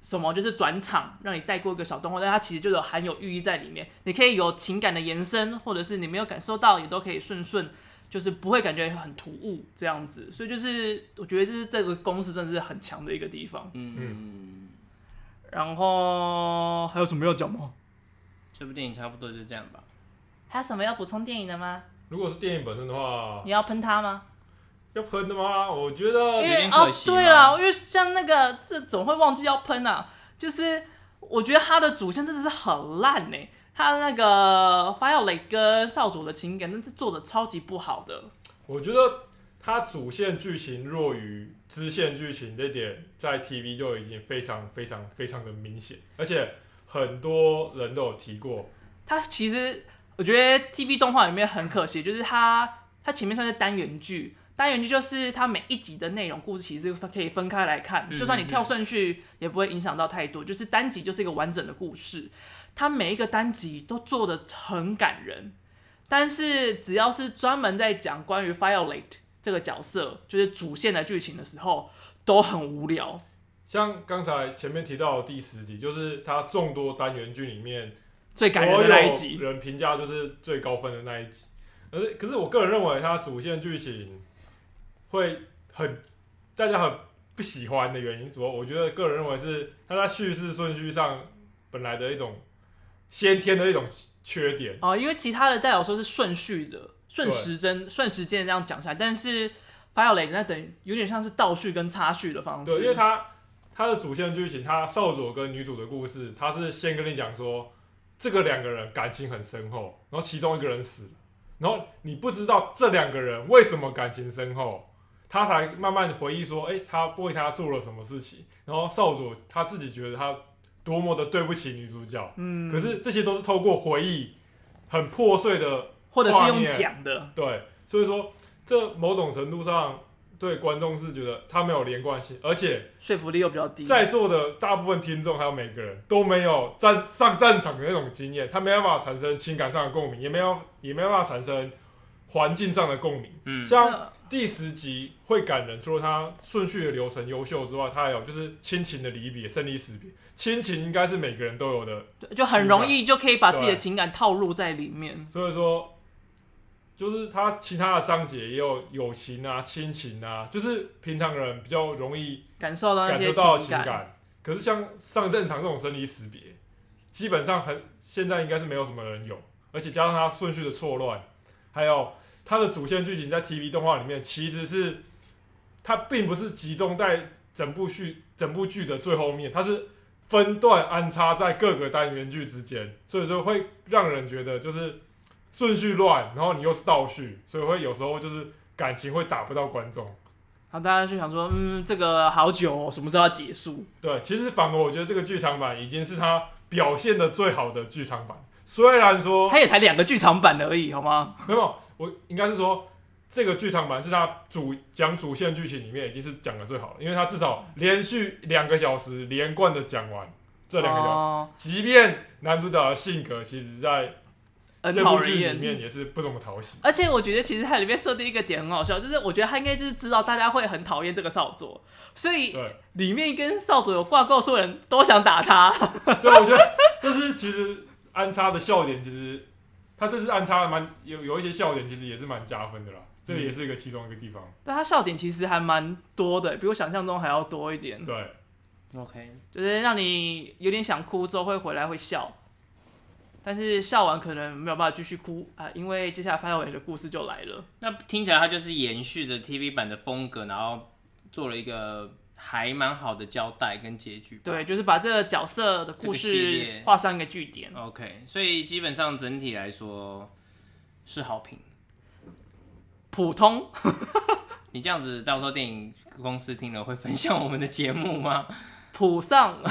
什么就是转场，让你带过一个小动画，但它其实就有含有寓意在里面，你可以有情感的延伸，或者是你没有感受到，也都可以顺顺。就是不会感觉很突兀这样子，所以就是我觉得这是这个公司真的是很强的一个地方。嗯，然后还有什么要讲吗？这部电影差不多就这样吧。还有什么要补充电影的吗？如果是电影本身的话你，要喷它吗？要喷的吗？我觉得因有为点哦可，惜嘛对了，因为像那个这总会忘记要喷啊，就是我觉得他的主线真的是很烂呢、他的那个发耀磊跟少佐的情感，真是做的超级不好的。我觉得它主线剧情弱于支线剧情这点，在 TV 就已经非常非常非常的明显，而且很多人都有提过。他其实我觉得 TV 动画里面很可惜，就是它它前面算是单元剧，单元剧就是它每一集的内容故事其实是可以分开来看，嗯就算你跳顺序也不会影响到太多，就是单集就是一个完整的故事，它每一个单集都做的很感人，但是只要是专门在讲关于 Violate 这个角色，就是主线的剧情的时候，都很无聊。像刚才前面提到的第十集，就是它众多单元剧里面最感人的那一集所，有人评价就是最高分的那一集。可是，可是我个人认为它主线剧情会很大家很不喜欢的原因，主要我觉得个人认为是它在叙事顺序上本来的一种先天的一种缺点。哦，因为其他的代表说是顺序的、顺时针、顺时间这样讲下来，但是发耀雷那等于有点像是倒叙跟插叙的方式。对，因为它它的主线剧情，它少佐跟女主的故事，它是先跟你讲说这个两个人感情很深厚，然后其中一个人死了，然后你不知道这两个人为什么感情深厚，他才慢慢回忆说，哎、他为他做了什么事情，然后少佐他自己觉得他多么的对不起女主角。嗯，可是这些都是透过回忆很破碎的，或者是画用面讲的，对，所以说这某种程度上对观众是觉得它没有连贯性，而且说服力又比较低。在座的大部分听众还有每个人都没有战上战场的那种经验，他没办法产生情感上的共鸣，也没有也没办法产生环境上的共鸣。嗯像第十集会感人，除了它顺序的流程优秀之外，它还有就是亲情的离别、生离死别。亲情应该是每个人都有的，对就很容易就可以把自己的对情感套入在里面。所以说就是它其他的章节也有友情啊、亲情啊，就是平常人比较容易感受到那感些受到的情情感。可是像上战场这种生离死别，基本上很现在应该是没有什么人有，而且加上它顺序的错乱，还有它的主线剧情在 TV 动画里面其实是它并不是集中在整部剧整部剧的最后面，它是分段安插在各个单元剧之间，所以说会让人觉得就是顺序乱，然后你又是倒叙，所以会有时候就是感情会打不到观众。然后大家就想说，嗯，这个好久、哦，什么时候要结束？对，其实反而我觉得这个剧场版已经是它表现的最好的剧场版，虽然说它也才两个剧场版而已，好吗？没有，我应该是说这个剧场版是它主讲主线剧情里面已经是讲的最好了，因为它至少连续两个小时连贯的讲完这两个小时。哦即便男主角的性格，其实在很这讨部人剧里厌。面也是不怎么讨喜。而且我觉得其实它里面设定一个点很好笑，就是我觉得他应该就是知道大家会很讨厌这个少佐，所以对，里面跟少佐有挂钩，所有人都想打他。 [LAUGHS] 对，我觉得就是其实安插的笑点，其实他这次安插的蛮有有一些笑点，其实也是蛮加分的啦。这也是一个其中一个地方。但他笑点其实还蛮多的，比我想象中还要多一点，对， OK，就是让你有点想哭之后会回来会笑，但是笑完可能没有办法继续哭啊、因为接下来范伟的故事就来了。那听起来它就是延续着 TV 版的风格，然后做了一个还蛮好的交代跟结局。对，就是把这个角色的故这个系事列画上一个句点。 OK，所以基本上整体来说是好评。普通你这样子，到时候电影公司听了会分享我们的节目吗？普上， [LAUGHS]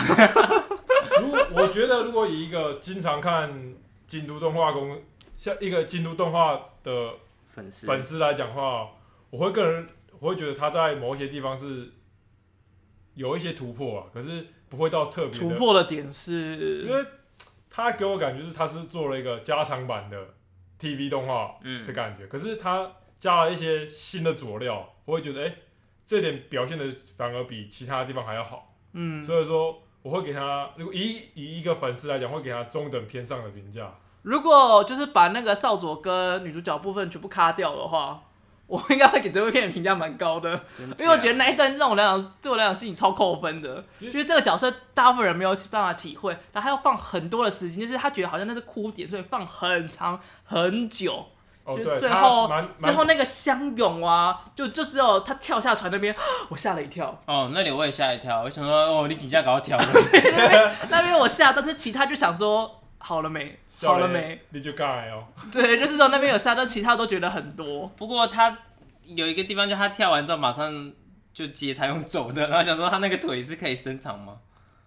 如果我觉得，如果以一个经常看京都动画公，像一个京都动画的 [LAUGHS] 粉丝粉丝来讲的话，我会个人我会觉得他在某一些地方是有一些突破啊，可是不会到特别突的破的点因是为他给我感觉就是他是做了一个加长版的 TV 动画嗯的感觉，可是他加了一些新的佐料，我会觉得哎、诶这点表现的反而比其他地方还要好，嗯，所以说我会给他，如果以以一个粉丝来讲，会给他中等偏上的评价。如果就是把那个少佐跟女主角部分全部咔掉的话，我应该会给这部片评价蛮高的。真假，因为我觉得那一段让我来讲，对我来讲是你超扣分的，就是这个角色大部分人没有办法体会，但他要放很多的时间，就是他觉得好像那是哭点，所以放很长很久，哦，就是对，最他后蛮最蛮后那个相拥啊，就就只有他跳下船那边， [GASPS] 我吓了一跳，哦，那里我也吓一跳，我想说哦，你紧张搞我跳了，那边我吓，但是其他就想说好了没，好了没，，你就尬哦， [LAUGHS] 对，就是说那边有吓，但其他都觉得很多， [LAUGHS] 不过他有一个地方，就他跳完之后马上就接他用走的，然后想说他那个腿是可以伸长吗？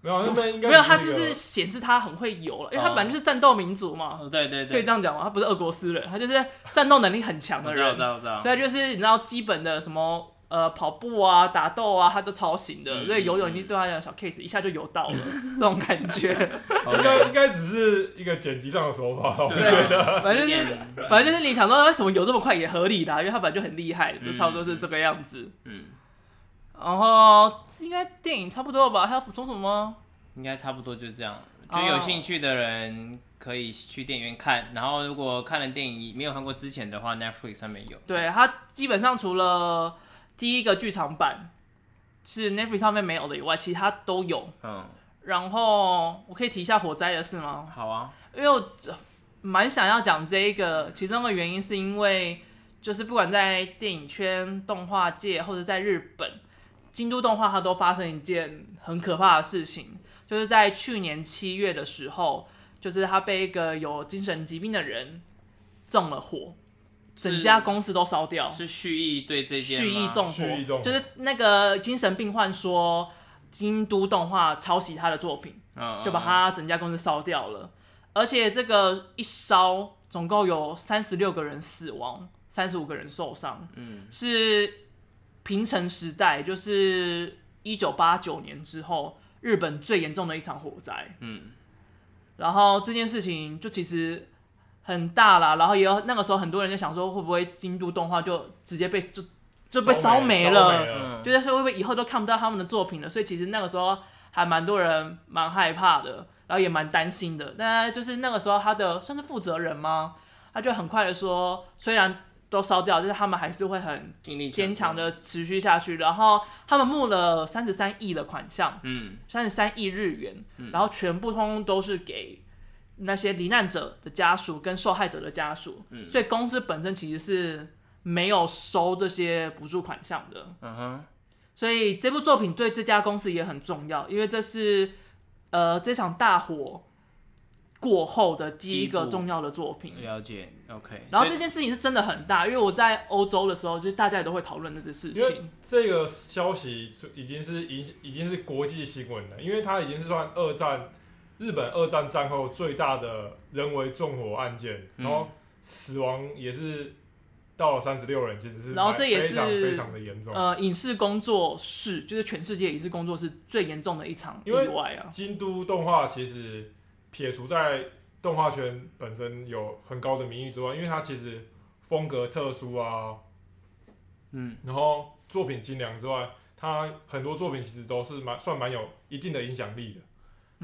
没有那边应该没有，只他一就个是显示他很会游了，因为他本来就是战斗民族嘛，哦，对对可以对，这样讲吗？他不是俄国斯人，他就是战斗能力很强我的知道我人知。道我知道，所以就是你知道基本的什么呃跑步啊、打斗啊，他都超行的，嗯所以游泳已经对他来讲小 case，一下就游 [LAUGHS] 到了这种感觉。应 OK 该应该只是一个剪辑上的手法，哦我对觉得反正有就是点反正就是你想说哎他怎么游这么快也合理的啊、因为他本来就很厉害，就嗯差不多是这个样子。嗯，然后应该电影差不多了吧？还要补充什么吗？应该差不多就这样。就哦有兴趣的人可以去电影院看，然后如果看了电影没有看过之前的话，Netflix 上面有。对他基本上除了第一个剧场版是 Netflix 上面没有的以外，其他都有。嗯，然后我可以提一下火灾的事吗？好啊，因为我呃蛮想要讲这一个，其中的原因是因为就是不管在电影圈、动画界或者在日本，京都动画它都发生一件很可怕的事情，就是在去年七月的时候，就是他被一个有精神疾病的人中了火，整是家公司都烧掉，是蓄意对这件蓄意吗纵火，蓄意纵火就是那个精神病患说京都动画抄袭他的作品，嗯就把嗯他整家公司烧掉了。而且这个一烧，总共有三十六个人死亡，三十五个人受伤，嗯是平成时代，就是一九八九年之后日本最严重的一场火灾。嗯然后这件事情就其实很大啦，然后也有那个时候很多人就想说，会不会京都动画就直接被就就被烧没了，嗯了，就是会不会以后都看不到他们的作品了？所以其实那个时候还蛮多人蛮害怕的，然后也蛮担心的。但就是那个时候他的算是负责人吗？他就很快的说，虽然都烧掉，但是他们还是会很尽力坚强，的持续下去。然后他们募了三十三亿的款项。嗯三十三亿日元，然后全部通通都是给那些罹难者的家属跟受害者的家属，所以公司本身其实是没有收这些补助款项的。嗯哼，所以这部作品对这家公司也很重要，因为这是呃这场大火过后的第一第一个部重要的作品。了解，OK。然后这所以件事情是真的很大，因为我在欧洲的时候，就是大家也都会讨论这件事因为情。这个消息已经是已已经是国际新闻了，因为它已经是算二战日本二战战后最大的人为纵火案件，嗯然后死亡也是到了三十六人，其实是然后这也非常是非常的严重。呃，影视工作室就是全世界影视工作室最严重的一场意因为外啊。京都动画其实撇除在动画圈本身有很高的名誉之外，因为它其实风格特殊啊，嗯然后作品精良之外，它很多作品其实都是蛮算蛮有一定的影响力的。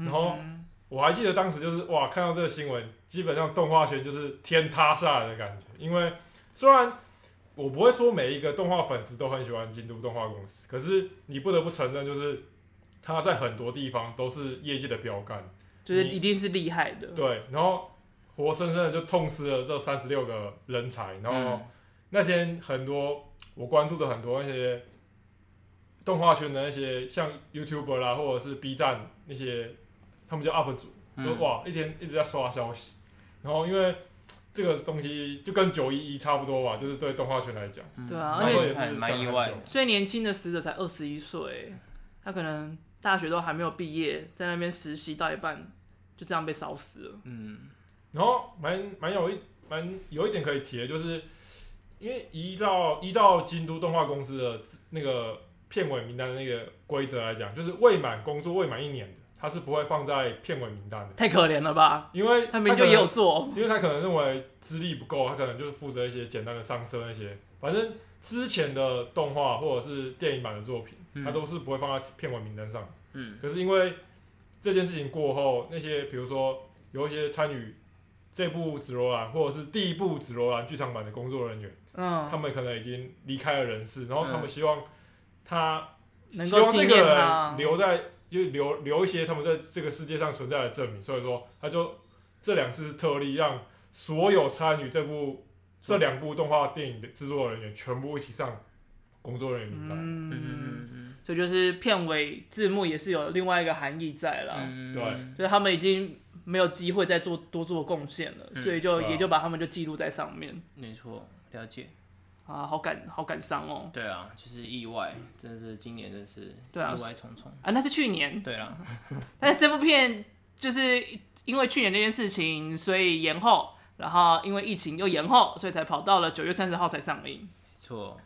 然后嗯我还记得当时就是哇，看到这个新闻，基本上动画圈就是天塌下来的感觉。因为虽然我不会说每一个动画粉丝都很喜欢京都动画公司，可是你不得不承认，就是它在很多地方都是业界的标杆。就是你一定是厉害的。对，然后活生生的就痛失了这三十六个人才。然后那天很多我关注的很多那些动画圈的那些像 YouTuber 啦，或者是 B 站那些，他们叫 UP 主，就、嗯哇一天一直在刷消息。然后因为这个东西就跟九一一差不多吧，就是对动画圈来讲，嗯对啊蛮而且遗憾蛮意外的，最年轻的死者才二十一岁，他可能大学都还没有毕业，在那边实习到一半就这样被烧死了。嗯然后蛮蛮有一蛮有一点可以提的，就是因为依照依照京都动画公司的资那个片尾名单的那个规则来讲，就是未满工作未满一年的，他是不会放在片尾名单的，太可怜了吧？因为他可们能就也有做，因为他可能认为资历不够，他可能就是负责一些简单的上色那些，反正之前的动画或者是电影版的作品，嗯他都是不会放在片尾名单上的。嗯可是因为这件事情过后，那些比如说有一些参与这部《紫罗兰》或者是第一部《紫罗兰》剧场版的工作人员，他嗯，们可能已经离开了人世，然后他们希望他、能希够望纪这念个他人。留在就留留一些他们在这个世界上存在的证明，所以说他就这两次是特例，让所有参与这部这两部动画电影的制作人员全部一起上工作人员名单。嗯嗯，嗯所以就是片尾字幕也是有另外一个含义在啦。嗯，对嗯就是他们已经没有机会再做多做贡献了，嗯所以就、对啊也就把他们就记录在上面没错，了解。啊，好感好感伤哦对啊，就是意外，真是今年真是对啊意外重重。啊，那是去年，对啦，但是这部片就是因为去年那件事情，所以延后，然后因为疫情又延后，所以才跑到了九月三十号才上映。没错。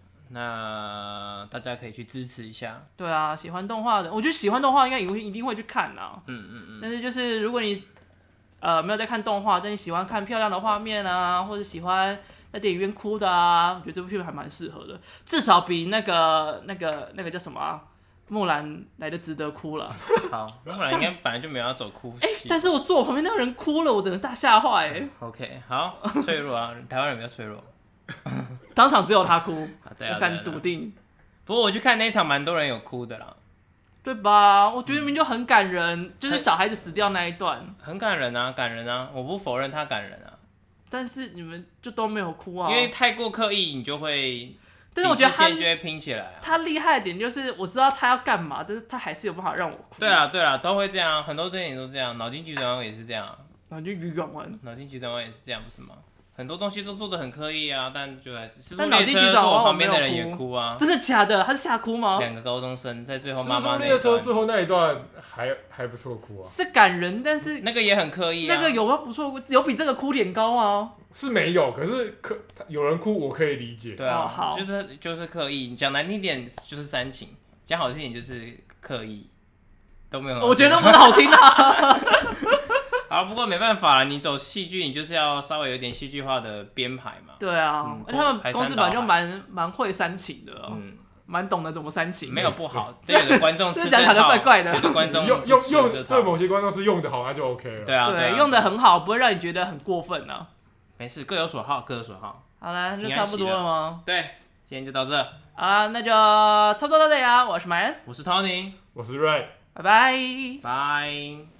那大家可以去支持一下，对啊，喜欢动画的，我觉得喜欢动画应该也会一定会去看啊。嗯嗯嗯，但是就是如果你呃没有在看动画，但你喜欢看漂亮的画面啊，或者喜欢在电影院哭的啊，我觉得这部片还蛮适合的，至少比那个那个那个叫什么、啊、木兰来的值得哭 [LAUGHS] 了。 [LAUGHS] 好，木兰应该本来就没有要走哭戏。哎但是我坐我旁边那个人哭了，我整个大吓坏、欸， OK，好，脆弱啊，台湾人比较脆弱。当场只有他哭，啊对我啊，对啊敢对笃啊定。不过我去看那一场，蛮多人有哭的啦，对吧？我觉得明明就很感人，嗯就是小孩子死掉那一段，很感人啊，感人啊，我不否认他感人啊，但是你们就都没有哭啊。因为太过刻意，你就会，但啊是我觉得他理智线就会拼起来啊。他厉害的点就是我知道他要干嘛，但是他还是有办法让我哭。对，啊，对啊，都会这样，很多电影都这样，脑筋急转弯也是这样，然后就鱼转弯，脑筋急转弯也是这样，不是吗？很多东西都做的很刻意啊，但就还是《失速但脑列筋车急》转坐弯我我旁没边有的人也哭哭啊，真的假的？他是吓哭吗？两个高中生在最后妈失妈速那列一车段最后那一段还还不错哭啊，是感人，但是那个也很刻意啊，那个有吗？不错，有比这个哭点高吗？是没有，可是可有人哭我可以理解，对啊，哦好就是就是刻意，讲难听点就是煽情，讲好听点就是刻意，都没有很好听。我觉得不好听 [LAUGHS] 啊。好，不过没办法，你走戏剧，你就是要稍微有点戏剧化的编排嘛。对啊嗯，而且他们排山公司本来倒就海蛮蛮会煽情的哦，嗯，蛮懂得怎么煽情。没有，不好，对有的 [LAUGHS] 观众这吃讲这起来套，怪怪的有的观众用用吃用这套，对某些观众是用的好，那就 OK 了。对啊，对对，啊用的很好，不会让你觉得很过分呢。没事，各有所好，各有所好。好啦，就差不多了吗？对，今天就到这，啊，那就差不多到这里啊。我是马恩，我是 Tony，我是 Ray。拜拜。拜。